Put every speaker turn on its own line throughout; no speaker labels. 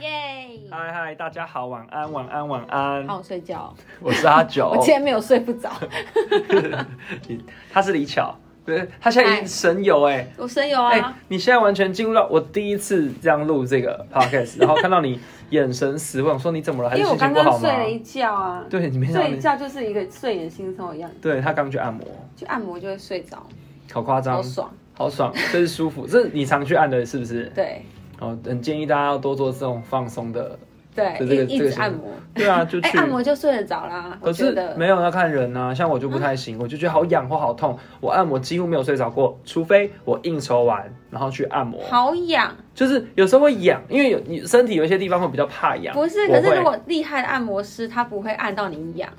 耶！
嗨嗨，大家好，晚安，晚安，晚安。
好，我睡觉。
我是阿九
我，今 天没有睡不着，
他是李巧，对，他现在已经神游哎、
我声优
哎、
啊，
你现在完全进入到我第一次这样录这个 podcast，然后看到你眼神死问，我说你怎么了？还
因
是
为我
心情
刚
不好
刚
吗
睡？了一觉啊。
对，你没想到
睡一
你，
觉就是一个睡眼惺忪的样子，
对他刚去按摩，
去按摩就会睡着，
好夸
好
张，
爽。
好爽，这是舒服，这是你常去按的，是不是？
对
哦，很建议大家要多做这种放松的。
对，
就这个
一一
这个
直
是
按摩，
对啊，就
哎，
去。
按摩就睡得着啦。
可
我觉
是
得嗯
没有要看人啊，像我就不太行，我就觉得好痒或好痛，我按摩几乎没有睡着过，除非我应酬完然后去按摩，
好痒，
就是有时候会痒，因为有你身体有一些地方会比较怕痒。
不是？
我
可是
会
如果厉害的按摩师，他不会按到你痒，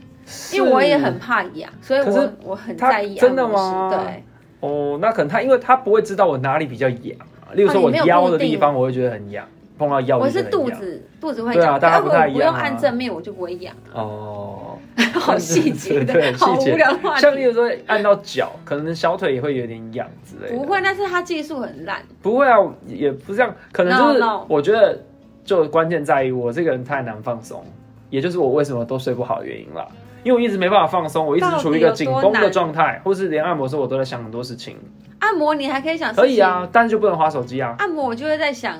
因为我也很怕痒，所以
可
我
是
我很
他
在意按
真的
摩师
吗
对，
哦，那可能他因为他不会知道我哪里比较痒啊，例如说
哦
我
你没有
腰
固
的地
定
方我会觉得很痒，碰到腰
我
我就是觉得很
肚
痒
子肚子会
对啊
痒，
大家
但
不
我
太一
不
样
用
啊
按正面我就不会痒，
哦，
好细节
对对
的，
很
好
细节
无聊的话题。
像例如说按到脚，可能小腿也会有点痒之类的。
不会，但是他技术很烂，
不会啊，也不是这样，可能就是
No, no
我觉得就关键在于我这个人太难放松，也就是我为什么都睡不好的原因啦。因为我一直没办法放松，我一直处于一个紧绷的状态，或是连按摩的时候我都在想很多事情。
按摩你还可以想事情
可以，啊，但是就不能划手机 啊。
按摩我就会在想，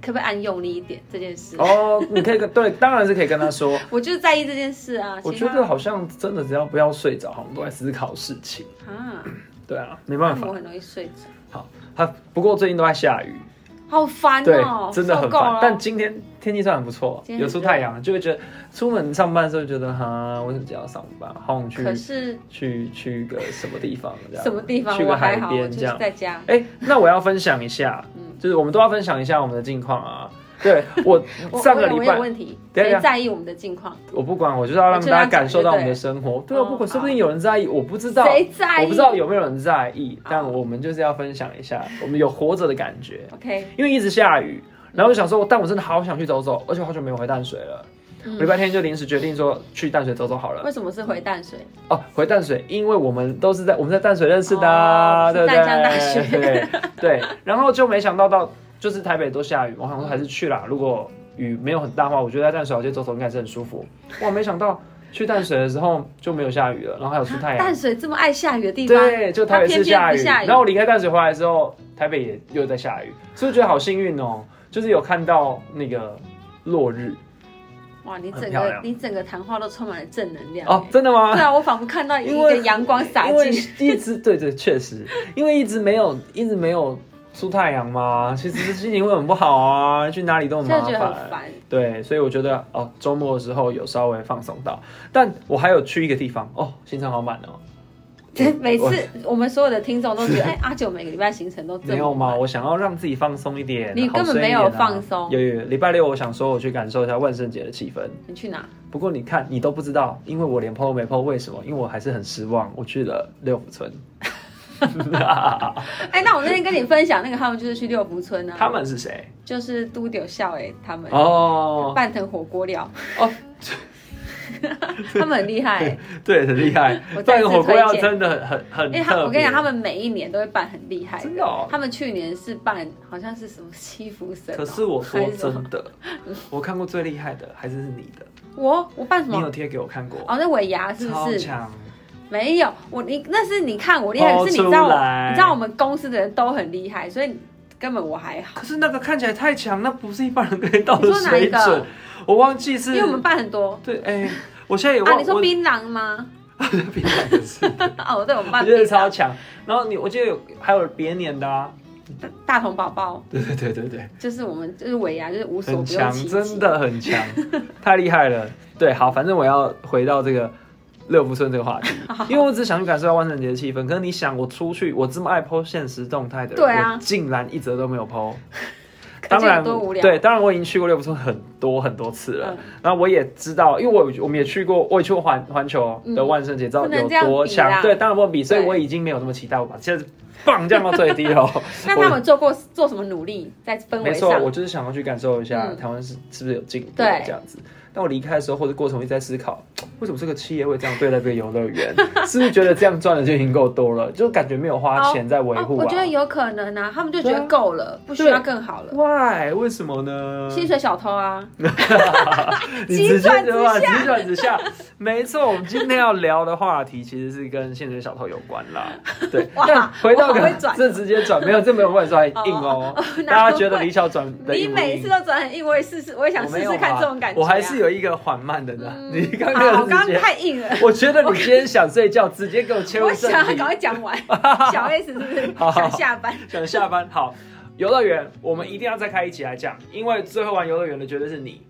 可不可以按用力一点这件事，
哦，你可以跟对，当然是可以跟他说。
我就是在意这件事啊。
我
其
觉
他
得好像真的只要不要睡着，好像都在思考事情。
啊，
对啊，没办
按
法
摩。很容易睡着，
啊，不过最近都在下雨，
好烦
对
哦，，
真的
受
很
够
烦
了。
但今天天气算很不错，
今天
有
很
出
热
太阳，就会觉得出门上班的时候觉得哈，为什么今天要上班？好想去
可是
去去个什么地方这 样？
什么地方
去
我
个海
还好，我
边
就
这
是
样。
在家。
哎、那我要分享一下，
嗯
就是我们都要分享一下我们的近况啊。对 我
我
上个礼
我有我
拜
有问题，
等一
谁
下
在意我们的近况？
我不管，我就是要让
我就
大
让
家感受到我们的
讲
生活。对
哦
啊，不管说不定有人在意，我不知道，
谁在意？
我不知道有没有人在意，但
好
我们就是要分享一下，我们有活着的感觉。
OK，
因为一直下雨，然后就想说，但我真的好想去走走，而且好久没有回淡水了。
嗯
我礼拜天就临时决定说去淡水走走好了。
为什么是回淡水？
哦，回淡水，因为我们都是在我们在淡水认识的、啊，
哦
对不
是淡江大
对？
学
对对，然后就没想到到就是台北都下雨，我想说还是去啦。如果雨没有很大的话，我觉得在淡水小街走走应该是很舒服。哇，没想到去淡水的时候就没有下雨了，然后还有出太阳
淡。水这么爱下雨的地方，
对，就台北市下雨。
它偏偏不下雨
然后我离开淡水回来之后，台北也又在下雨，所以我觉得好幸运哦，就是有看到那个落日
哇，你
很
整
漂
个
亮
你整个谈话都充满了正能量
哦
欸，
真的 吗？
对啊，我仿佛看到一
因为
个阳光洒
因为
进，
一直对对，确实，因为一直没有一直没有出太阳嘛，其实心情会很不好啊，去哪里都
就
很麻
觉得很
烦。
烦。
对，所以我觉得哦，周末的时候有稍微放松到，但我还有去一个地方哦，行程好满哦，
每次我们所有的听众都觉 得，哎，阿九每个礼拜行程都这么
没有嘛，？我想要让自己放松一点，
你
好
根本
睡一
没有
点啊
放松
有有有，礼拜六我想说我去感受一下万圣节的气氛，
你去哪？
不过你看你都不知道，因为我连 PO 都没 PO，为什么？因为我还是很失望，我去了六福村。
哎，那我那天跟你分享那个，他们就是去六福村啊，
他们是谁？
就是都丢笑哎，他们
哦
半腾火锅料，
哦，
他们很厉害欸，
对，很厉害
我。再
但
次
火锅料
推荐
真的很很很
因为他
特
我跟你
别
讲，他们每一年都会办很厉害
真的哦
他们去年是办好像是什么七福神哦，
可是我 说
还是什么
真的，我看过最厉害的还是是你的，
我我办什
你有
么？
贴给我看过，
哦，那尾牙是不
超
是？
强。
没有，我你那是你看我厉害，可是你知道
抛出
我
来
你知道我们公司的人都很厉害，所以根本我还好。
可是那个看起来太强，那不是一般人可以到的
你说哪一
水
个
准。我忘记是
因为我们办很多
对，哎、我现在也忘
啊，
了。
你说 槟榔吗？
槟榔也是，
哦，对，我们
我
办
觉
槟
得
榔
超强。然后你，我记得有还有别年的啊，
大大同宝宝，
对对对对对，
就是我们就是尾牙，就是无所
很
不用
强，
其极，
真的很强，太厉害了。对，好，反正我要回到这个乐福村这个话题， 因为我只想去感受到万圣节的气氛。可是你想，我出去，我这么爱 PO 现实动态的人，
对啊
我竟然一则都没有 PO。
可
当
见有
然
多无，聊。
对，当然我已经去过六福村很多很多次了
嗯，
然后我也知道，因为我我们也去过，我也去过环环球的万圣节，知道
嗯不能
有
这样
多
比啦
强，对，当然不能比，所以
对
我已经没有那么期待，我把现在棒降到最低 了。
那他们做过做什么努力在氛
没
围
错，
上？
我就是想要去感受一下
嗯
台湾是是不是有进步
对
这样子。但我离开的时候或者过程我一直在思考，为什么这个企业会这样对待这个游乐园？ 是不是觉得这样赚的就已经够多了？就感觉没有花钱在维护
哦。我
啊
觉得有可能啊，他们就觉
对嗯
得
啊
够了，不需要更好了。
？Why？为什么呢？
薪水小偷啊，
你
急
直接
转
对
直
吧？
下
急转直下，没错。我们今天要聊的话题其实是跟现实小偷有关啦。对，
哇
但回到
我好会
刚
转
这直接转没有，这没有办法很硬哦。大家觉 得李小转的
你
硬不硬
每次都转很硬，我也试试，我也想
我
试
没有
试看
吧
这种感觉啊。
我还是有一个缓慢的呢。
嗯
你刚
好
刚
我
直
刚
接
刚，太硬了，
我觉得你今天想睡觉，直接给我切入
我
正
想要赶
题，啊
快讲 完。小 S 是不是
好
想下班？
想下班好。游乐园，我们一定要再开一集来讲，因为最后玩游乐园的绝对是你，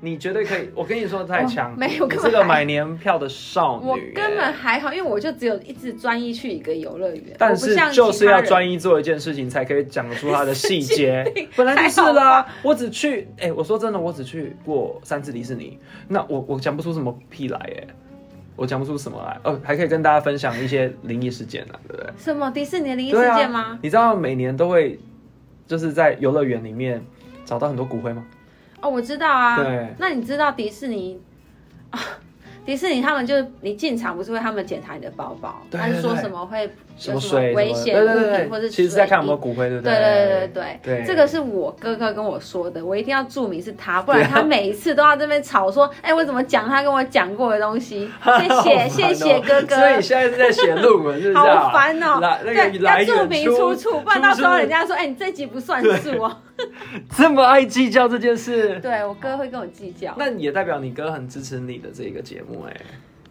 你绝对可以。我跟你说，太强，
我哦没有
你
根
是
本
个
还
买年票的少女、
我根本
哎
还好，因为我就只有一直专一去一个游乐园，
但
我不
是
像
就是要
一。
专一做一件事情，才可以讲出它的细节。 本来就是
还好
啦，我只去，哎、我说真的，我只去过三次迪士尼，那我我讲不出什么屁来、哎，我讲不出什么来，哦，还可以跟大家分享一些灵异事件啊，对不对？
什么迪士尼的灵异
对
事
啊
件吗？
你知道每年都会就是在游乐园里面找到很多骨灰吗？
哦，我知道啊。
对
那你知道迪士尼 啊？迪士尼他们就是你进场不是会他们检查你的包包，
对
他
对
是说
对
什么会
什
有
么
什么
水
危
什么
险
对
物
对对
品或
对，
是
其实是在
水
看有没有
滴
骨灰，对不
对对对对 对，
对
这个是我哥哥跟我说的，我一定要注明是他，不然他
啊
每一次都要这边吵说，哎、我怎么讲他跟我讲过的东 西？谢谢谢谢哥哥，
哦所以你现在是在写论文，是不是啊？
好烦哦、
来那个
对，
来
要注
源
明
出
出处，不然到时候人家说，哎、你这集不算数哦、
这么爱计较这件事，
对我哥会跟我计较，
那也代表你哥很支持你的这个节目哎、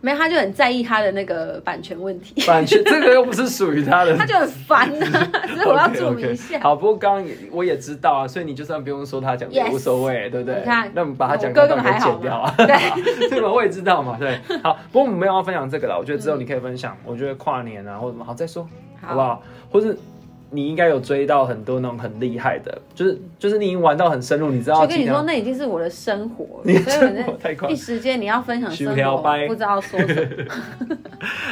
没有他就很在意他的那个版权问题，
版权这个又不是属于他的
他。就很烦呐、 所以我要注明一下。
o k o k 好，不过刚刚也我也知道啊，所以你就算不用说他讲也
Yes
无所谓对不对？
你看
那我们把他讲
我哥
的
根
版
本
权
还好
剪 掉啊，
对，
对吧？我也知道嘛，对。好，不过我们没有要分享这个了，我觉得之后你可以分享，我觉得跨年啊或者什么，好再说，好不
好，
好？或是你应该有追到很多那种很厉害的，就是就是你已经玩到很深入，你知道
就
要
跟你
尽量。
说，那已经是我的生活
你
了，所以我
生活太
那
快
一时间你要分享生
虚飘
活，
掰
我不知道说什么。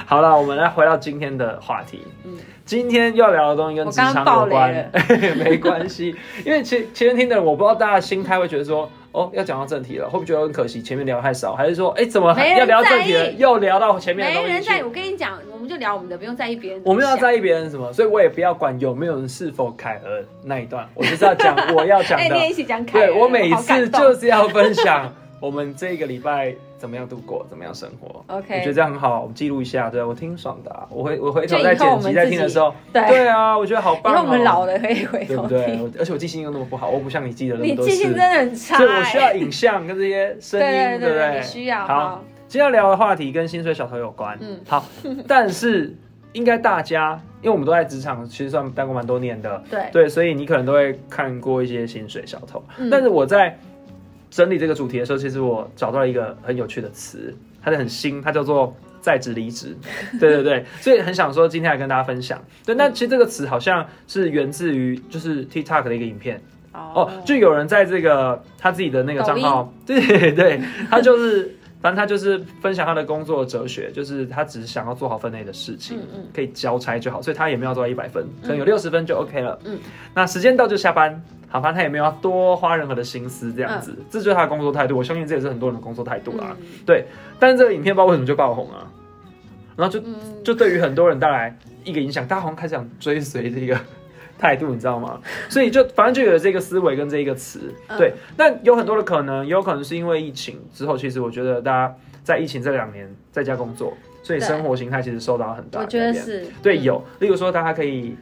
好了，我们来回到今天的话题。
嗯
今天要聊的东西跟职场有
我刚爆雷
关， 没关系，因为前前面听的人，我不知道大家心态会觉得说，哦，要讲到正题了，会不会觉得很可惜？前面聊太少，还是说，哎、怎么
没人
要聊正题了
在，意
又聊到前面的
没
东
人
西
在意，
去？
我跟你讲，我们就聊我们的，不用在意别人。
我们要，在意别人什么，所以我也不要管有没有人是否凯尔那一段，我就是要讲我要 讲
哎、
的
你。也一起讲凯尔，
对我每
好感
次
动
就是要分享我们这个礼拜怎么样度过，怎么样生活。我觉得
OK。
这样很好，我们记录一下，对我挺爽的、啊。我回我回头
就以
在
后
剪
我
辑
们
在
自
听的
己
时候，
对
对啊，我觉得好
以
棒、哦。
后我们老了可以回
对不
头
对
听。？
我而且我记性又那么不好，我不像你记得那么
你
多
记性
次
真，的很差、
所以我需要
哎
影像跟这些声
对
音，
对对，
不 对？
你需要。
好，，今天要聊的话题跟薪水小偷有关。嗯
嗯，
好，但是应该大家，因为我们都在职场，其实算待过蛮多年的，
对，
对，所以你可能都会看过一些薪水小偷。
嗯
但是我在整理这个主题的时候，其实我找到一个很有趣的词，它是很新，它叫做在职 离职。对对对，所以很想说今天来跟大家分享。对，那其实这个词好像是源自于就是 TikTok 的一个影片哦，就有人在这个他自己的那个账号， 对对，他就是。反正他就是分享他的工作哲学，就是他只是想要做好分内的事情，
嗯嗯
可以交差就好，所以他也没有做到一百分，可能有六十分就 OK 了。
嗯
那时间到就下班，好，反正他也没有要多花任何的心思，这样子，这就是他的工作态度。我相信这也是很多人的工作态度啦。
嗯
但是这个影片不知道为什么就爆红啊，然后就
嗯，
就对于很多人带来一个影响，大家好像开始想追随这个 态度，你知道吗？所以就反正就有这个思维跟这一个词，
嗯
对。那有很多的可能，也有可能是因为疫情之后，其实我觉得大家在疫情这两年在家工作，所以
对
生活形态其实受到很大
我
的
觉
改
得
变。
是
对，
嗯
有，例如说大家可以。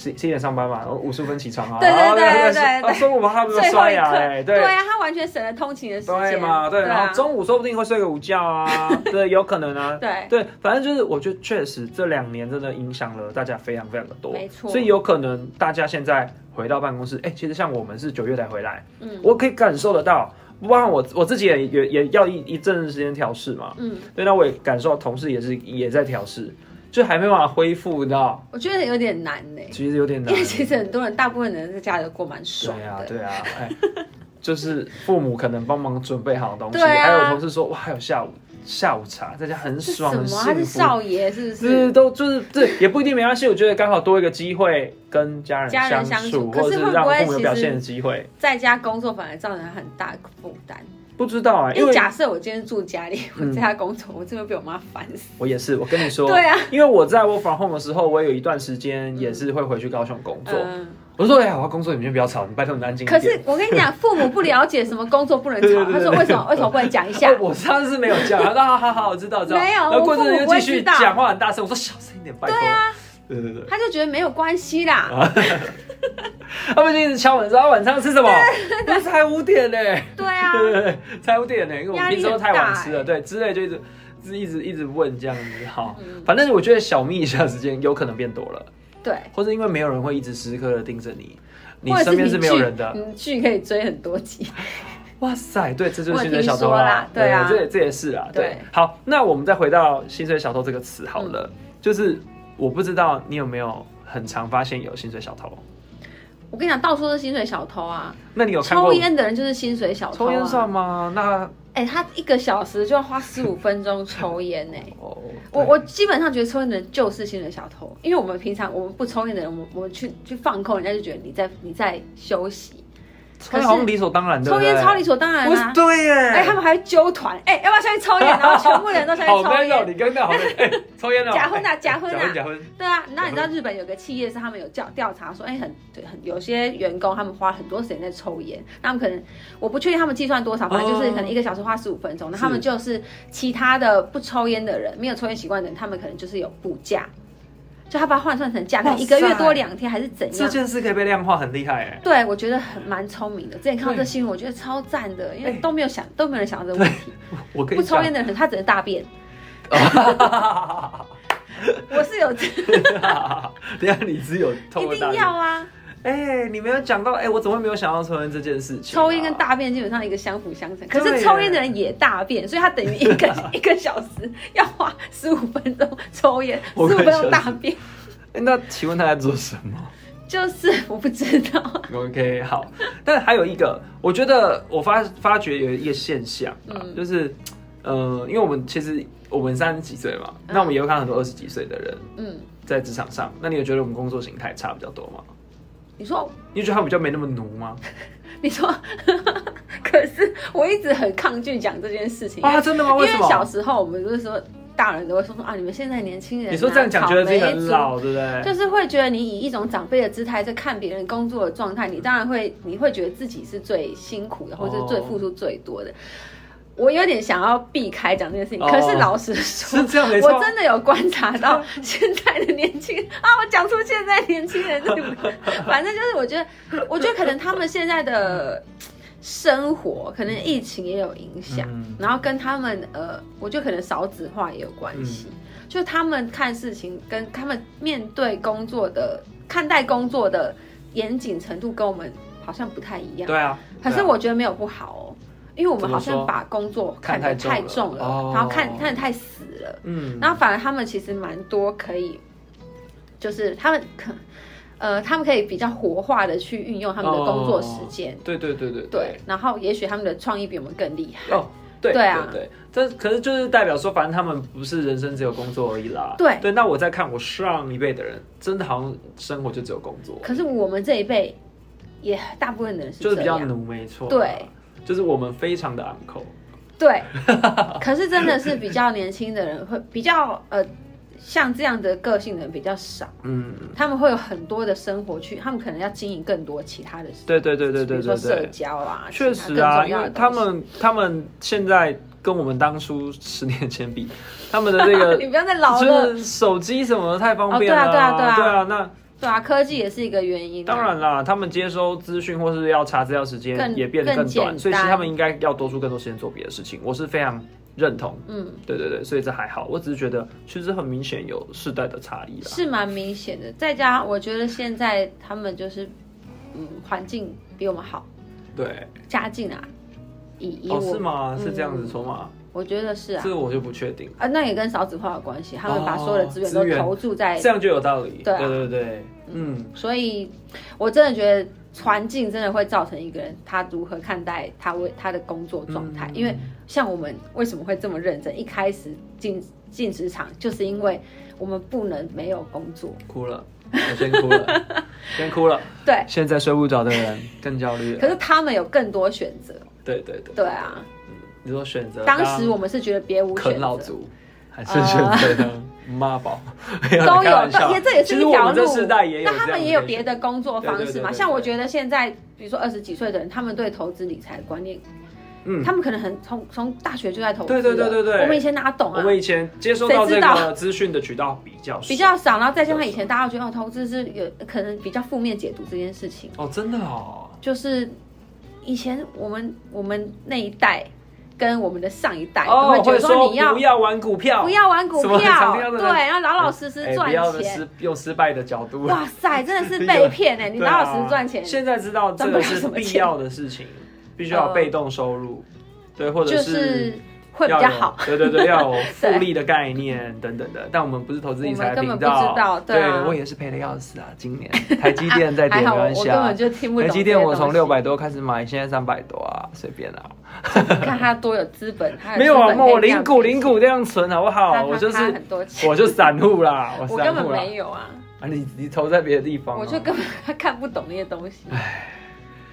十十一点上班嘛，然后五十分起床啊，
对对
然后
对对
然后
对对
中午他们要
最后
刷
一
牙
刻
哎，
对啊，他完全省了通勤的时间，
对嘛，对，然
啊
后中午说不定会睡个午 觉啊，对，有可能啊，
对，
对，反正就是我觉得确实这两年真的影响了大家非常非常的多，
没错
所以有可能大家现在回到办公室，哎、其实像我们是九月才回来，
嗯
我可以感受得到，不然我我自己也也也要一一阵子时间调试嘛，
嗯，
对，那我也感受到同事也是也在调试，就还没办法恢复，你知道，
我觉得有点难呢、
其实有点难
因，为其实很多人，大部分人在家里都过蛮爽
对啊
的，，
对啊，哎、就是父母可能帮忙准备好东西，
对啊
还有同事说哇，还有下午下午茶，在家很
是什
爽，
么啊
很？
他是
幸福。
少爷是不
是
是？
都就是这也不一定没关系，我觉得刚好多一个机会跟家人
家人
相
相处
或
可
者
是会
是
不
让
会
父母有
其
表
实
现的机会。
在家工作反而造成他很大的负担，
不知道啊、
因
因
为
为
假设我今天住家里，我在家工作，我真的被我妈烦死。
我也是，我跟 你说，
对啊，
因为我在 work from home 的时候，我有一段时间也是会回去高雄工作。
嗯，
我就说，哎呀，我要工作，你们先不要吵，你拜托你安静一
可
点。
是我跟你 讲，父母不了解什么工作不能
对对
吵，
对
他说为什么为什么不能讲一 下
哦？我上次没有这样，他说好好好，我知道知道。
没有
然后过阵
我
子
父母
就
不会
继续
知道
讲话很大声，我说小声一点，拜托。对啊，对对对，
他就觉得没有关系
啊
啦。
他们就一直敲门说啊晚上吃什么？ 不是才五点呢、
对 啊，
对对对，才五点呢、因为我们
压力
平时都太晚吃了，
很欸
对，之类就一直一直一直问这样子，好
嗯，
反正我觉得小眯一下时间有可能变多了，
对。
或者因为没有人会一直时时刻刻的盯着你，你
或者
身边是
你
没有
剧
人的，
你剧可以追很多集。
哇塞，对，这就
我
是
有
薪水小偷
听说啦对啊
这也这也是啦，对。
对
好，那我们再回到薪水小偷这个词好了，
嗯
就是我不知道你有没有很常发现有薪水小偷，
我跟你讲，到处都是薪水小偷啊！
那你有看过
抽？烟的人就是薪水小偷
抽烟
啊！
算吗？那
哎、他一个小时就要花十五分钟抽烟呢、欸
哦，
我
对
我基本上觉得抽烟的人就是薪水小偷，因为我们平常我们不抽烟的人，我们我们去去放空，人家就觉得你在你在休息。
抽烟好像理所当然，对不
抽
对
烟超理所当然
我
啦、
是对耶，
哎、他们还会揪团，哎、要不要下去 抽烟？然后全部人都下去
好
抽
尴尬，
烟，
你尴尬，好 尴尬，哎抽烟了，
假婚啊，假婚
假
啊
婚，假婚，
对啊，那你知道日本有个企业是他们有调调查说，哎、很很有些员工他们花很多时间在抽烟，那他们可能我不确定他们计算多少，反正
哦
就是可能一个小时花十五分钟，那他们就是其他的不抽烟的人，没有抽烟习惯的人，他们可能就是有补假，就他把它换算成假，可能一个
哇
月
塞
多两天还是怎
这
样。
件事可以被量化，很厉害哎。
对，我觉得很蛮聪明的。之前看到这
对
新闻，我觉得超赞的，因为
哎
都没有想，都没有人想到这个问题。
我可以
不抽
讲
烟的人，他只能大便。 我是 有，
等一下你只有透 过
一
大
定
力
要啊。
哎、你没有讲到，哎、我怎么会没有想到抽烟这件事情啊、
抽烟跟大便基本上一个相辅相成，可
对
是
耶
抽烟的人也大便，所以他等于一 个一个小时要花十五分钟抽烟，十
我
五
快
分钟
笑
大便，
哎、那请问他在做什么
就是我不知道，
？OK，好。但还有一个，我觉得我发发觉有一个现象啊，
嗯
就是，呃，因为我们其实我们三十几岁嘛，那我们也会看到很多二十几岁的人
嗯，
在职场上。那你有觉得我们工作形态差比较多吗？
你说
你觉得他比较没那么奴吗？
你说， 可是我一直很抗拒讲这件事情，
啊，真的吗？
因
为
为
什
小
么？
时候我们就是说大人都会说说啊，你们现在年轻人啊、
你说这样讲，觉得自己
草莓
很
族
老，对不对？
就是会觉得你以一种长辈的姿态在看别人工作的状态，你当然会你会觉得自己是最辛苦的，或
哦
是最付出最多的。我有点想要避开讲这件事情，
哦
可是老实说
是。这样没错。
我真的有观察到现在的年轻人啊，我讲出现在年轻人，对不 对反正就是我觉得，我觉得可能他们现在的生活，可能疫情也有影响，
嗯
然后跟他们呃，我觉得可能少子化也有关系，就他们看事情跟他们面对工作的看待工作的严谨程度跟我们好像不太一样，
对啊。
可是
对啊
我觉得没有不好哦。因为我们好
怎么
像
说
把工作
看
看
太
得
重
太重
了
了，
哦
然后看看得太死了，
嗯，
然后反而他们其实蛮多可以，就是他们可，呃，他们可以比较活化的去运用他们的工作时间，
对对对对
对，然后也许他们的创意比我们更厉害，
哦，对
对啊
对，这可是就是代表说，反正他们不是人生只有工作而已啦。
对
对，那我在看我上一辈的人，真的好像生活就只有工作，
可是我们这一辈，也大部分的人是
就是
这
比较
样，
奴，没错。啊
对，
就是我们非常的 uncle。
对。 可是真的是比较年轻的人会比较呃，像这样的个性的人比较少，
嗯，
他们会有很多的生活去，他们可能要经营更多其他的事，
对对对对
比
对
如说
对
社
对，
交啊，
确
其
实
他
啊，
更重
因
要的
为
东西
他们他们现在跟我们当初十年前比，他们的 这个
你不要再老了
就。是手机什么的太方便了、
哦对啊对啊对啊
对啊，那
对啊，科技也是一个原因、啊
当，然啦，他们接收资讯或是要查资料时间
更
也变得更
更简
短，
单
所以其实他们应该要多出更多时间做别的事情。我是非常认同，
嗯，
对对对，所以这还好。我只是觉得其实很明显有世代的差异啦。
是蛮明显的。再加上我觉得现在他们就是，嗯，环境比我们好，
对，
家境啊，以以我、
哦是吗？是这样子说吗？
我觉得是啊，
这我就不确定，
啊，那也跟少子化有关系，他们把所有的资源
哦资源
都投注在，
这样就有道理。
哎对啊
对对对，嗯，
所以我真的觉得环境真的会造成一个人他如何看待他为他的工作状态，
嗯
因为像我们为什么会这么认真，一开始进进职场，就是因为我们不能没有工作，
哭了，我先 哭了，先哭了。
对。
现在睡不着的人更焦虑了。
可是他们有更多选择，
对对对，
对啊，
你说选择
当时我们是觉得别无
啊啃
选
老
择，
族，还是选择当妈宝，没有啦
都
开
有
玩
都
笑
也这也是
其
一
实我
条
们这
路
世代也。
那
有这样的选择，
他们也有别的工作方
对对
式
对
嘛？
对
像我觉得现在，比如说二十几岁的人，他们对投资理财观念，
嗯
他们可能很从从大学就在投资
对
了，
对对对对
我们以前哪懂
我
啊？
们以前接收到
谁
这
知道
个资讯的渠道比较少
比较少，然后再加上以前大家觉得哦，投资是有可能比较负面解读这件事情，
哦，真的哦，
就是以前我们我们那一代跟哎我们的上一代都
哦，
觉
会
得说
说
你要
不要玩股票，
不要玩股
什么常
票，
听到这
对，
个
然后老老实实
哎
赚
不要的
钱。
失用失败的角度，
哇 塞，真的是被骗哎！你
对
老
啊
老实实赚钱，
现在知道这个是必要的 事情，必须要有被动收入，对，或者
就是会比较好。
要有，对对对， 要有复利的概念等等的。但我们不是投资理财的
我
频
们根本不
道，
知道对啊
我也是赔的要死啊！今年台积电在跌
还
没
好我
关
我
系
根
啊
本，就听不懂
台
这
积
些东西。
电我从六百多开始买，现在三百多啊，随便啊，
看他多有资本，他
没有啊，
那
我零股零股这样存好不好？
他
我就
他
是
很多钱，
我就散户啦，我
我
散
根本
户啦
没，有啊，
啊你你投在别的地方啊，
我就根本看不懂那些东西。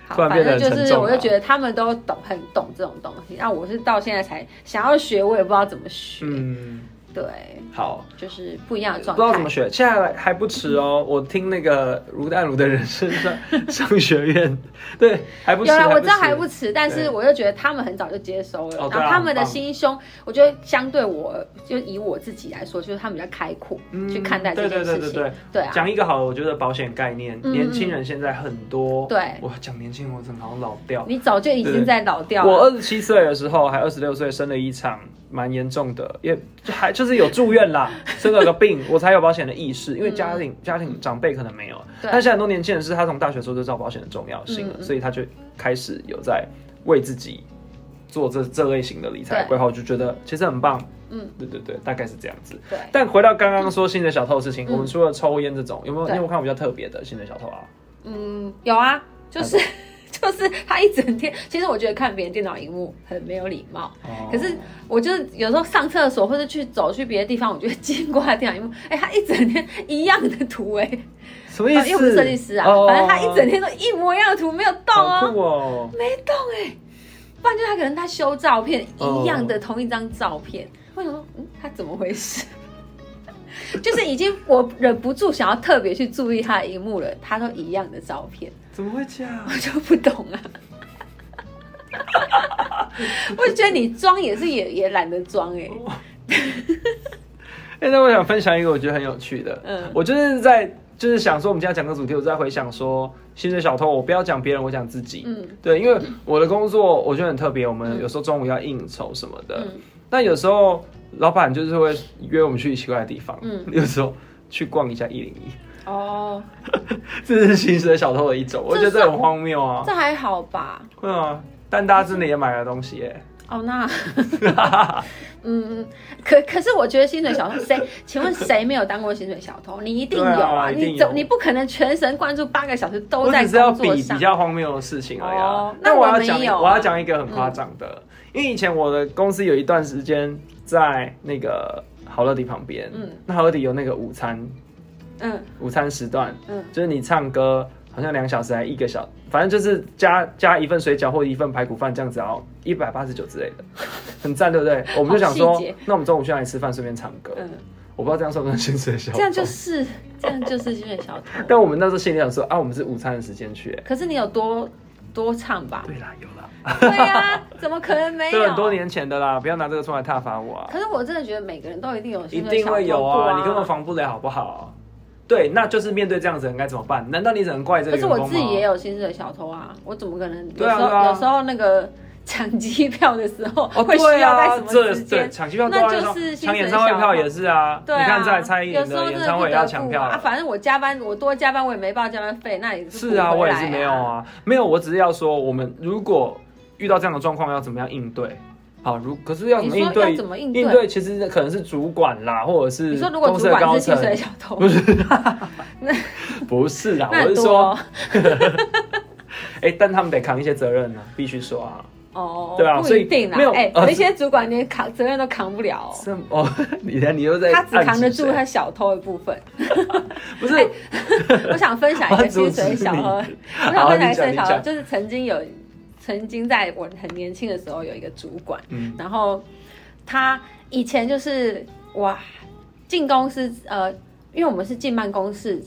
好，
突然
反
变得
正
很
就
沉
是，
重啊
我就
了
觉得他们都懂，很懂这种东西。那我是到现在才想要学，我也不知道怎么学。
嗯
对，
好。
就是不一样的
不
状
知道怎么
态。
学，现在还不迟哦。我听那个卢淡如的人生 上商学院，对，还不迟。
有啦，我知道
迟
还不迟，但是
对
我就觉得他们很早就接收了，
哦对啊
然后他们的
很棒
心胸，我觉得相对我就以我自己来说，就是他们比较开阔、
嗯
去看待这件
对对
事
对
情。
对对，
对啊，
讲一个好了，我觉得保险概念，
嗯
年轻人现在很多。
对，
我讲年轻人，我怎么好像老掉？
你早就已经在老掉
我呃
了。
二十七岁的时候，还二十六岁，生了一场蛮严重的，也就还就是有住院 啦，生了个病，我才有保险的意识。因为家庭、家庭长辈可能没有，
嗯对
但现在很多年轻人是他从大学时候就知道保险的重要性了，
嗯嗯
所以他就开始有在为自己做这这类型的理财
对
规划，我就觉得其实很棒。
嗯，
对对对，大概是这样子。
对，
但回到刚刚说新的小偷的事情，
嗯
我们除了抽烟这种，有没有你
对
有没有看过比较特别的新的小偷啊？
嗯，有啊，就是 就是他一整天，其实我觉得看别人电脑荧幕很没有礼貌。
哦
可是我就是有时候上厕所或者去走去别的地方，我就会经过他电脑荧幕，哎、他一整天一样的图哎、
什么意
因
思？
为我是设计师啊，
哦
反正他一整天都一模一样的图，没有动
好
哦，
酷哦。
没动哎、不然就是他可能他修照片
哦
一样的同一张照片，我想说，嗯，他怎么回事？ 就是已经我忍不住想要特别去注意他的荧幕了，他都一样的照片，
怎么会这样
我？就不懂啊。 我就觉得你装也是也也懒得装哎、
哎、那我想分享一个我觉得很有趣的，
嗯
我就是在就是想说我们今天讲的主题，我就在回想说薪水小偷，我不要讲别人，我讲自己，
嗯
对，因为我的工作我觉得很特别，我们有时候中午要应酬什么的，
嗯
那有时候老板就是会约我们去奇怪的地方，
嗯
有时候去逛一下一零一，
哦，
这是薪水小偷的一种，我觉得这很荒谬啊，
这还好吧？
对啊，但大家真的也买了东西耶、
哦，那，嗯，嗯可可是我觉得薪水小偷谁？请问谁没有当过薪水小偷？你一定有
对啊一定
你
有
怎你不可能全神贯注八个小时都
我
在
只是要
工
比
作
比
上。
较荒谬的事情而已、啊。
哦
但
那
我
我
要
们
讲一，
有啊嗯
我要讲一个很夸张的，因为以前我的公司有一段时间在那个好乐迪旁边，嗯
嗯，
那好乐迪有那个午餐
嗯
午餐时段，
嗯
就是你唱歌好像两小时还一个小，反正就是加加一份水饺或一份排骨饭这样子，然后一百八十九之类的， 很赞，对不对？我们就想
好
说
细节，
那我们中午去哪里吃饭，顺便唱歌。
嗯，
我不知道这样算不算薪水小偷，
这样就是这样就是薪水小偷。
但我们那时候心里想说啊，我们是午餐的时间去、欸
可是你有多多唱吧？
对啦，有啦。
对啊，怎么可能没
这
有？
很多。年前的啦，不要拿这个出来挞伐我啊！
可是我真的觉得每个人都一定有
一
薪水小
定
偷过
会有啊，
啊，
你根本。防不了，好不好？对，那就是面对这样子人该怎么办？难道你只能怪这
可
个
是
员工
我
吗？
自己也有薪水小偷啊，我怎么可能？有时
对啊
候
对啊
有时候那个抢机票的时候
哦，
会需
对
要在
啊
什，么
这
时间
对？抢机票对啊，
那就是薪水
抢演唱会票
小偷
也是啊。
对啊，
你看在蔡依
有
林
时候
的
真
演
的
唱
不
会
得
也要抢
不
票
啊。反正我加班，我多加班我也没报加班费，那也是
是啊，
补
我
回
也
来
是没有。啊，没有，我只是要说，我们如果遇到这样的状况，要怎么样应对？好，如可是要怎
你
么
说
应
要
对
怎？么应
应
对？
对其实可能是主管啦，或者是
你说如果
公
主
司的
管
高
是薪
层，
水小偷，
不是啦，
那
我
很
是
多
说
哦。
哎、但他们得扛一些责任呢、必须说啊。
哦，
对啊
不
所以
一定啦
没有。
哎，
呃
有一些主管连扛责任都扛不了哦，
这哦， 你看你又在
他只扛得住
暗
他
指
小偷的部分。
谁，不是、
我想分享一
我
个
阻
薪
止
水小
你
偷，我
好
想分享一个
你
薪水
讲
小
你讲
偷，就是曾经有曾经在我很年轻的时候有一个主管，
嗯
然后他以前就是哇，进公司呃，因为我们是进办公室，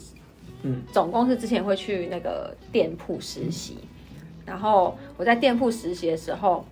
嗯，
总公司之前会去那个店铺实习，然后我在店铺实习的时候，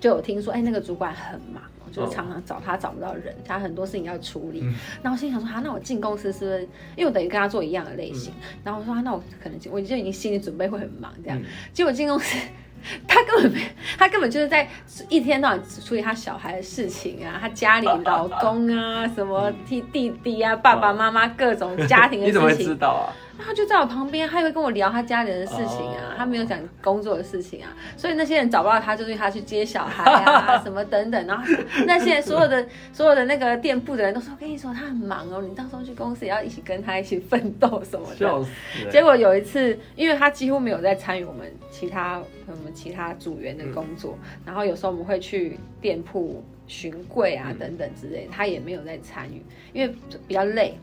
就有听说，哎，那个主管很忙哦。就是常常找他找不到人，他很多事情要处理。
嗯
然后心想说，啊，那我进公司是不是？因为我等于跟他做一样的类型。然后我说、啊，那我可能我就已经心理准备会很忙这样。
嗯
结果进公司， 他根本没，他根本就是在一天到晚处理他小孩的事情啊，他家里老公啊，什么弟弟弟啊，爸爸妈妈各种家庭的
嗯 你怎么会
事
知
情。
道啊？
他就在我旁边，他也会跟我聊他家人的事情
哦
啊，他没有讲工作的事情啊，所以那些人找不到他，就是因为他去接小孩 啊，什么等等，然后那些所有的所有的那个店铺的人都说，我跟你说他很忙哦，你到时候去公司也要一起跟他一起奋斗什么的。
笑死、欸！
结果有一次，因为他几乎没有在参与我们其他我们其他组员的工作，然后有时候我们会去店铺巡柜啊
嗯
等等之类，他也没有在参与，因为比较累，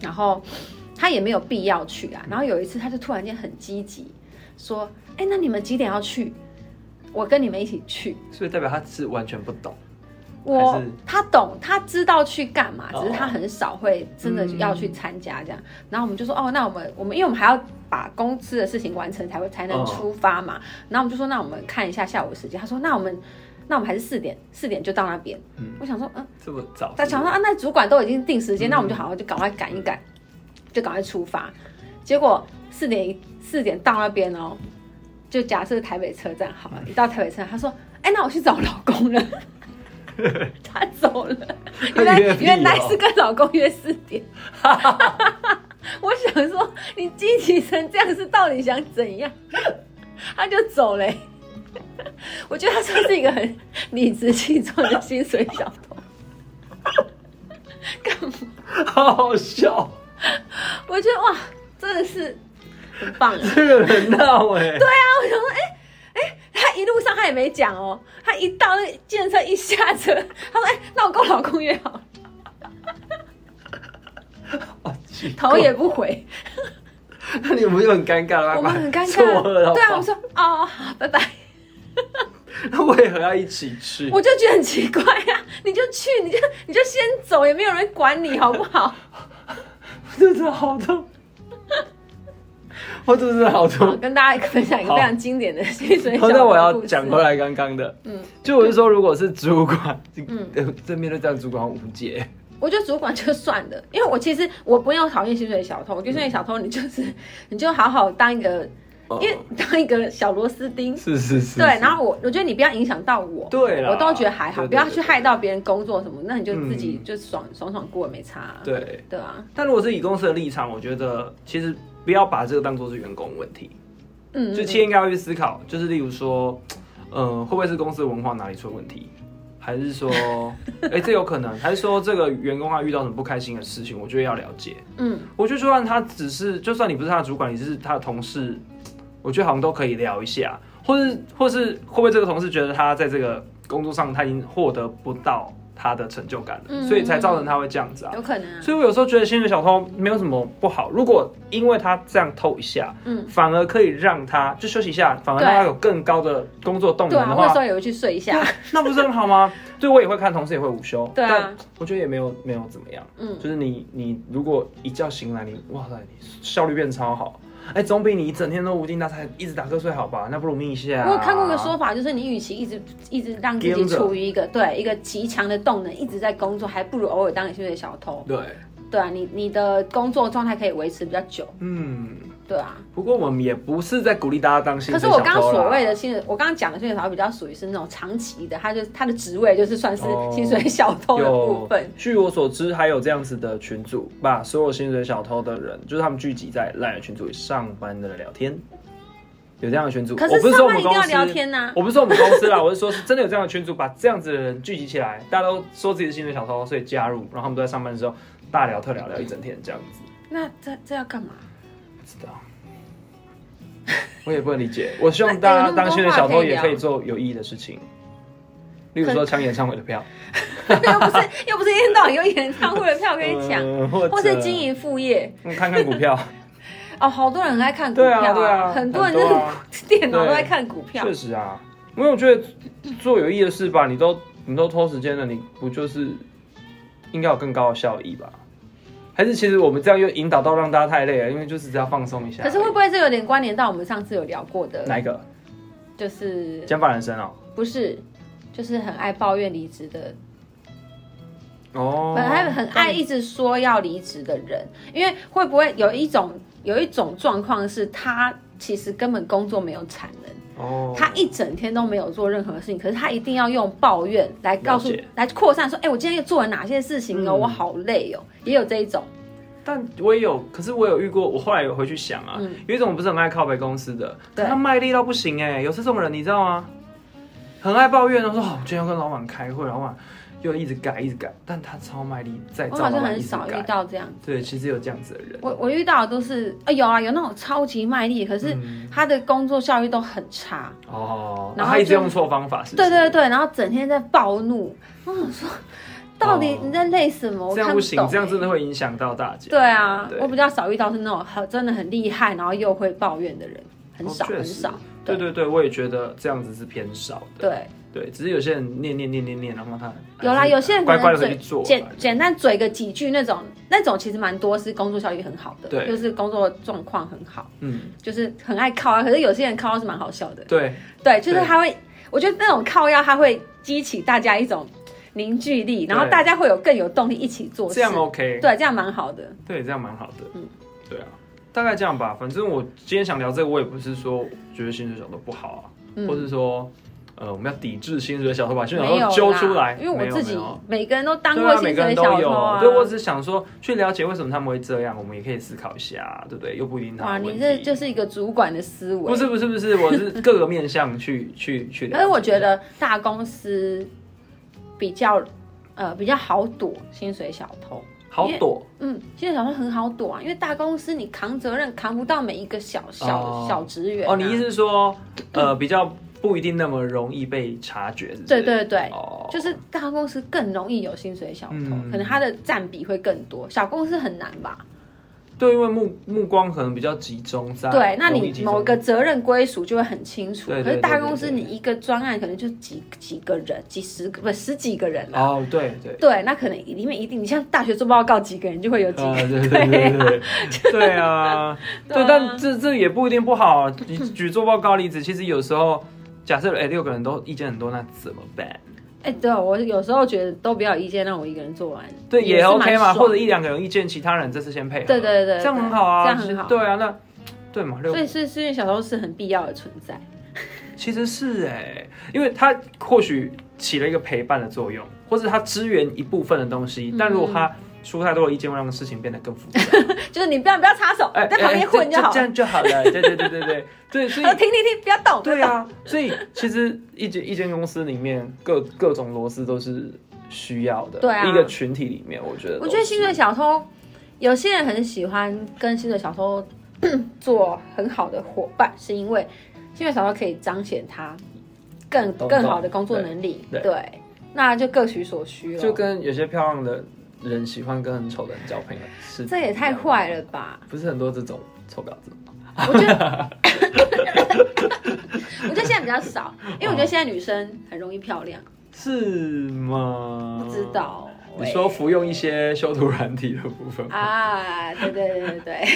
然后他也没有必要去啊。然后有一次，他就突然间很积极，说：“哎，那你们几点要去？我跟你们一起去。”
所以代表他是完全不懂，还
我
是
他懂，他知道去干嘛，
哦嗯
只是他很少会真的要去参加这样。然后我们就说，哦，那我们我们因为我们还要把公司的事情完成才会才能
哦
出发嘛。然后我们就说，那我们看一下下午的时间。他说，那我们那我们还是四点，四点就到那边。
嗯
我想说，嗯，
这么早。
他想说啊，那主管都已经定时间，
嗯
那我们就好好就赶快赶一赶，就赶快出发。结果四点四点到那边哦，就假设台北车站好了，
嗯
一到台北车站，他说，哎，那我去找老公了。他走了，原来
约屁哦
原来是跟老公约四点。我想说，你积极成这样是到底想怎样？他就走了欸、我觉得他算是一个很理直气壮的薪水小偷。干嘛？
好 好笑，
我觉得哇，真的是很棒啊！
这个人闹哎、对啊，
我想说，哎、哎、他一路上他也没讲哦，他一到那个健身车一下车，他说，哎、那我跟我老公约好了，
好哦奇怪
头也不回，
那你们就很尴尬了。
我们很尴
错了，
尬。对啊，我们说，哦，好，拜拜。
那为何要一起去？
我就觉得很奇怪啊，你就去，你就你就先走，也没有人管你，好不 好？
真的好痛， 我真的好
好
痛。
跟大家分享一个
好
非常经典的薪水
然
小偷
后，
的
那我要
哎故事
讲回来刚刚的，
嗯，
就我是说，如果是主管，
嗯
呃正 面对这样主管好无解，
我觉得主管就算了，因为我其实我不用讨厌薪水小偷，我觉得薪水小偷你就是 你就好好当一个，因为
哦
当一个小螺丝钉。
是是是，
对，
是
然后我我觉得你不要影响到我，
对啦
我都觉得还好，
对对
不要去害到别人工作什么，那你就自己
嗯
就爽、爽爽过没差、啊。
对。
对啊，
但如果是以公司的立场，我觉得其实不要把这个当做是员工问题，
嗯，
就企业应该会去思考，就是例如说，呃，会不会是公司文化哪里出了问题，还 是说，哎、这有可能，还是说这个员工他遇到什么不开心的事情，我觉得要了解。
嗯
我觉得就算他只是，就算你不是他的主管，你是他的同事，我觉得好像都可以聊一下，或是或是会不会这个同事觉得他在这个工作上他已经获得不到他的成就感了，
嗯
所以才造成他会这样子啊。
有可能啊，
所以我有时候觉得薪水小偷没有什么不好，如果因为他这样偷一下，
嗯，
反而可以让他就休息一下，反而让他有更高的工作动
对
能的
啊，我有
话
时，候也会去睡一下，
那不是很好吗？对，我也会看，同事也会午休，
对啊
但我觉得也没有没有怎么样，
嗯，
就是你你如果一觉醒来，你哇塞，你效率变超好，哎、总比你一整天都无精打采一直打瞌睡好吧？那不如眯一下、啊
我有看过一个说，法，就是你与其一直一直让自己
盯着
处于一个对一个极强的动能，一直在工作，还不如偶尔当一些小偷。
对，
对啊，你你的工作状态可以维持比较久。
嗯。
对啊，
不过我们也不是在鼓励大家当薪
可
水
是
小偷
我刚刚
啦
所谓的薪水，我刚刚讲的薪水小偷比较属于是那种长期的，他就他的职位就是算是
哦
薪水小偷的部分。
据我所知，还有这样子的群组，把所有薪水小偷的人，就是他们聚集在赖的群组里上班的人聊天，有这样的群组。
可
我不
是
是
上
说我
班
们
一定
公
要
司，
聊天啊呐、
我不是说我们公司啦，我是说是真的有这样的群组，把这样子的人聚集起来，大家都说自己是薪水小偷，所以加入，然后他们都在上班的时候大聊特聊聊一整天这样子。
那这这要干嘛？
不知道。我也不能理解，我希望大家当薪水小偷也可以做有意义的事情，例如说抢演唱会的票，
又不是又不是一 天到晚有演唱会的票，我跟你讲，
嗯或
或是
者
经营副业。
嗯看看股票。
哦，好多人很爱看股票、
对啊对啊
很多人就
很多啊
是 电脑都在看股票
确，实啊，因为我觉得做有意义的事吧，你都你都抽时间了，你不就是应该有更高的效益吧？还是其实我们这样又引导到让大家太累了，因为就是只要放松一下
可
而已。
是会不会这有点关联到我们上次有聊过
哪
的，
一个
就是
减法人生哦？
不是，就是很爱抱怨离职的，
哦，
本来很爱一直说要离职的人，因为会不会有一种有一种状况是他其实根本工作没有产能。
哦，
他一整天都没有做任何事情，可是他一定要用抱怨来告诉
了解、
来扩散说：“哎、我今天又做了哪些事情哦，
嗯
我好累哦。”也有这一种，
但我也有，可是我有遇过，我后来有回去想啊，
嗯
有一种我不是很爱靠北公司的，
对
可他卖力到不行哎、有这种人你知道吗？很爱抱怨，他说哦，我今天要跟老板开会，老板又一直改一直改，但他超卖力，在
我好
找老
像
板
很
一直
少遇
改。
到这样。
对，其实有这样子的人，
我我遇到的都是啊、有啊，有那种超级卖力，可是
嗯
他的工作效率都很差。
哦，
然后
他一直
就
用错方法，是不
对
是？
对对，然后整天在暴怒。我想说，到底
哦
你在累什么？我
这
看
样不行
懂，
这样真的
欸。
会影响到大家。
对啊，
对
我比较少遇到是那种很真的很厉害，然后又会抱怨的人，很
哦
少、
确
很
实
少。
对对对，我也觉得这样子是偏少的。
对。
对，只是有些人念念念念念，然后他
有啦，
还是
有些人可
乖
能
乖的
嘴
回去做
简
吧
简单嘴个几句那种，那种其实蛮多是工作效率很好的，
对
就是工作状况很好，
嗯，
就是很爱靠啊。可是有些人靠是蛮好笑的，
对，
对，就是
对
他会，我觉得那种靠药他会激起大家一种凝聚力，然后
对
大家会有更有动力一起做事，
这样 OK。
对，这样蛮好的。
对，这样蛮好的。
嗯
嗯，对啊，大概这样吧。反正我今天想聊这个，我也不是说觉得薪水小偷不好啊，
嗯
或是说呃我们要抵制薪水小偷，把薪水
没有
小偷揪
啦
出来。
因为我自己
没有没有
每个人都当
对
过
啊，每
薪
个
水
人
小
都
偷
有。
啊。
对，我只是想说，去了解为什么他们会这样，我们也可以思考一下，对不对？又不一定
哇，
他们的
你
问
这
题
就是一个主管的思维，
不是不是不是，我是各个面向去去去 了
但是
解。
我觉得大公司比较呃比较好躲薪水小偷。
好躲，
嗯，薪水小偷很好躲啊，因为大公司你扛责任扛不到每一个小小、
哦
小职员、啊。
哦，你意思是说，呃， 比较不一定那么容易被察觉，是不是
对，对对。
哦，
就是大公司更容易有薪水小偷，
嗯
可能它的占比会更多。小公司很难吧？
对，因为目目光可能比较集中在
对，那
容易
你
集中
某个责任归属就会很清楚。
对对
可是大公司
对对
你
对
一个专案可能就几几个人，几十个不十几个人啊。
哦，对对。
对，那可能里面一定，你像大学做报告几个人就会有几个
啊，
人。
对对对对
对
对，对啊，对
啊，嗯
但这这也不一定不好。举举做报告例子，其实有时候假设哎六个人都意见很多，那怎么办？
哎、对我有时候觉得都不要有意见，让我一个人做完，
对，
也
也
是蛮
OK 嘛，
爽
或者一两个人有意见，其他人这次先配合，
对对对对
这样很好啊，
这样很好
对啊，那对嘛，六
所以是失恋小偷是很必要的存在。
其实是哎、因为它或许起了一个陪伴的作用，或者它支援一部分的东西，
嗯
但如果它出太多的意见，会让事情变得更复杂。
就是你不要不要插手，
哎，
在旁边
哎
混就好
这
了。
样就好了。对对对对对对，所以
他说停停停，不要动。
对 啊，所以其实一间一间公司里面各各种螺丝都是需要的。
对啊
一个群体里面，我觉得
我觉得薪水小偷，有些人很喜欢跟薪水小偷 做很好的伙伴，是因为薪水小偷可以彰显他更
懂
更好的工作能力。
对
对，那就各取所需了。
就跟有些漂亮的人喜欢跟很丑的人交朋友是
这也太坏了吧！
不是很多这种臭婊子。
我觉得，我觉得现在比较 少，因为我觉得现在女生很容易漂亮，
是吗？
不知。道。
哦
哎
你说服用一些修图软体的部分
喂？啊？对对对 对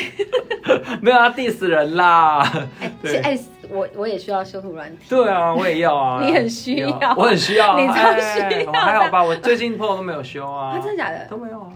对，
没有啊，diss 人啦。
哎
对
其哎，我我也需要修图软体。
对啊，我也要 啊。
你很需要
对啊我很需要啊。
你超需要的
哎我还好吧，我最近朋友都没有修啊
啊，。真的假的？
都没有啊。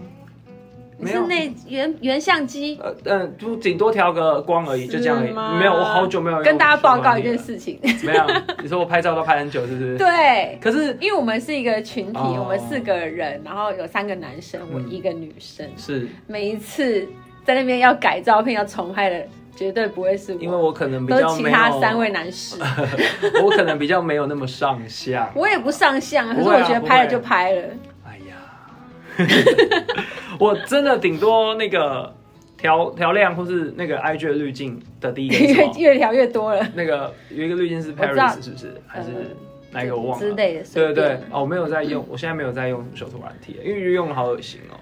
你
没
是
有。
那原原相机？
呃嗯，就顶多调个光而已，就这样而
是
已。
吗
没有，我好久没有用
跟大家报告一件
修
事情。
图软体了。怎么样？你说我拍照都拍很久，是不是？。
对，
可是
因为我们是一个群体，
哦
我们四个人，然后有三个男生，我一个女生。
是
每一次在那边要改照片、要重拍的，绝对不会是
因为
我，
我可能比
都
较
是其
没有，
他三位男士。
我可能比较没有那么上相。
我也不上相，可是
不会
我
啊
觉得拍了就拍了。
哎呀， 我真的顶多那个调调亮或是那个 IG 的滤镜的啊第 一个是什
越
么？
越聊越多了，
那个有一个滤镜是
我知道呃
Paris 是不是？还是哪一个我忘
之
了？
类的。
对对
随
对
便，嗯
E， 哦，我没有在用，我现在没有在用修图软体，因为用了好恶心哦。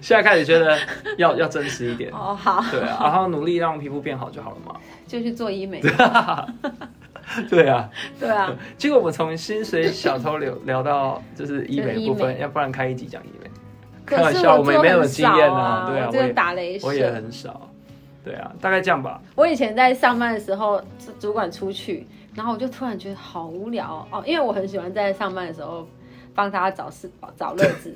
现在开始觉得要要真实一点，
哦，好，
对啊，然后努力让皮肤变好就好了嘛。
就去做医 美。
对啊，
对啊，
结果我们从薪水小偷聊聊到就是医美的部
就是医
分，要不然开一集讲医美，开
可
玩
是
笑，
我
我们也
做
没有
很
经
少
验
啊，
对啊，
我
我
真的
也
打雷
我也
神。
很少，对啊，大概这样吧。
我以前在上班的时候，主主管出去，然后我就突然觉得好无聊哦，哦因为我很喜欢在上班的时候帮大家找事找乐子，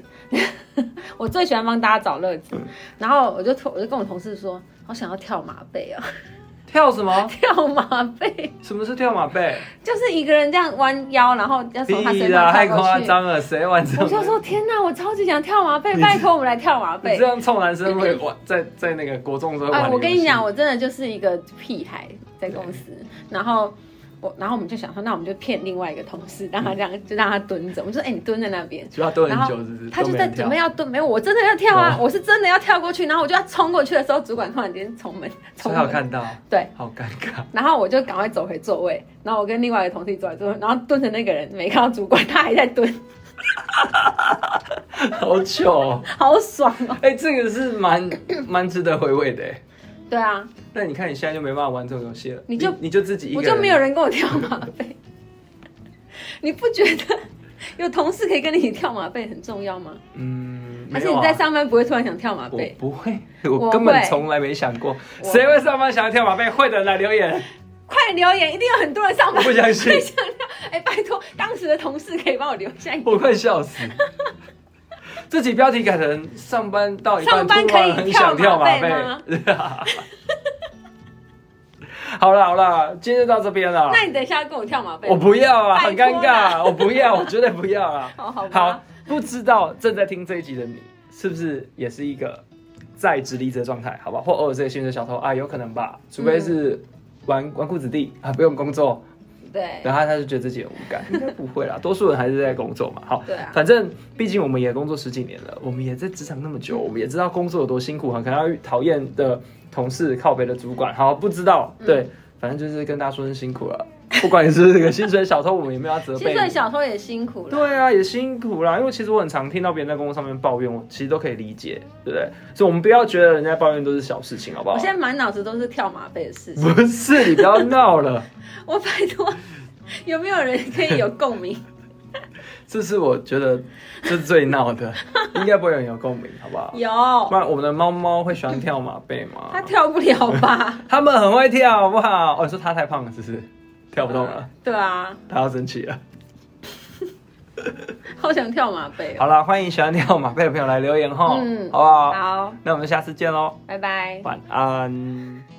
我最喜欢帮大家找乐
嗯
子。然后我就突我就跟我同事说，好想要跳马背哦，
跳什么？
跳马背
什么是跳马背？
就是一个人这样弯腰，然后要从他
屁
身
啦，
上
太
跳过
夸
去。
张了，谁玩这
我
种？
就说天哪，我超级想跳马背，拜托我们来跳马
你
背
这。样臭男生 会玩，在在那个国中的时候玩、
哎，我跟你讲，，我真的就是一个屁孩在公司，然后我，然后我们就想说，那我们就骗另外一个同事，让他这样，就让他蹲着。我们说，哎、你蹲在那边。
就要蹲
然
很
后
久，是不是？
他就
都没
在
人
准
跳
备要蹲，没有，我真的要跳啊！
哦
我是真的要跳过去，然后我就要冲过去的时候，主管突然间从门从
所以他有
门，
看到，
对，
好尴尬。
然后我就赶快走回座位，然后我跟另外一个同事走来座位，然后蹲着那个人没看到主管，他还在蹲，
好糗、哦，
好爽哦！
哎、这个 是蛮蛮值得回味的哎。
对啊，
那你看你现在就没办法玩这种游戏了，
你就
你就自己一个
我
人，
就没有人跟我跳马背， 你不觉得有同事可以跟你跳马背很重要吗？
嗯，
还
没
是
有
你
啊
在上班不会突然想跳马
我
背？
不会，
我
我根本
会
从来没想过，谁会上班想要跳马背？会的人来 留言，
快留言，一定有很多人上
我
班
不相信
会，想跳。 哎、拜托，当时的同事可以帮我留下一个。
我快笑死。这集标题改成上班到一半
上班
突然
可以
很
跳
想跳
马
马
背
背
吗，
好啦好啦，今天就到这边了。
那你等一下跟我跳马背吧。
我不要啊，很
拜
尴
托啦。
尬，我不要，我绝对不要啊
好好吧
好，不知道正在听这一集的你，是不是也是一个在职离职的状态？好吧，或偶尔这些薪水小偷啊，有可能吧，除
嗯
非是纨纨绔子弟啊，不用工作，
对
然后他就觉得自己很无感，应该不会啦，多数人还是在工作嘛。好，
对啊，
反正毕竟我们也工作十几年了，我们也在职场那么久，我们也知道工作有多辛苦，很可能要遇讨厌的同事、靠北的主管，好不知道，
嗯
对，反正就是跟大家说声辛苦了。不管你是不是个薪水小偷，我们也没有要责
薪
备
水
你。
小偷也辛苦了。
对啊，也辛苦啦，因为其实我很常听到别人在工作上面抱怨，我其实都可以理解，对不对？所以我们不要觉得人家抱怨都是小事情，好不好
我现？在满脑子都是跳马背的事情。
不是，你不要闹了，
我拜托，有没有人可以有共 鸣？
这是我觉得这最闹的， 应该不会有人有共鸣，好不好？
有，
不然我们的猫猫会喜欢跳马背吗？
他跳不了吧？
他们很会跳，好不好？哦，你说他太胖了，是不是？跳不动了，
对啊，
他要生气了。
好想跳马背、哦。
好啦，欢迎喜欢跳马背的朋友来留言哈，
嗯
好不好？
好，
那我们下次见喽，
拜拜。
晚安。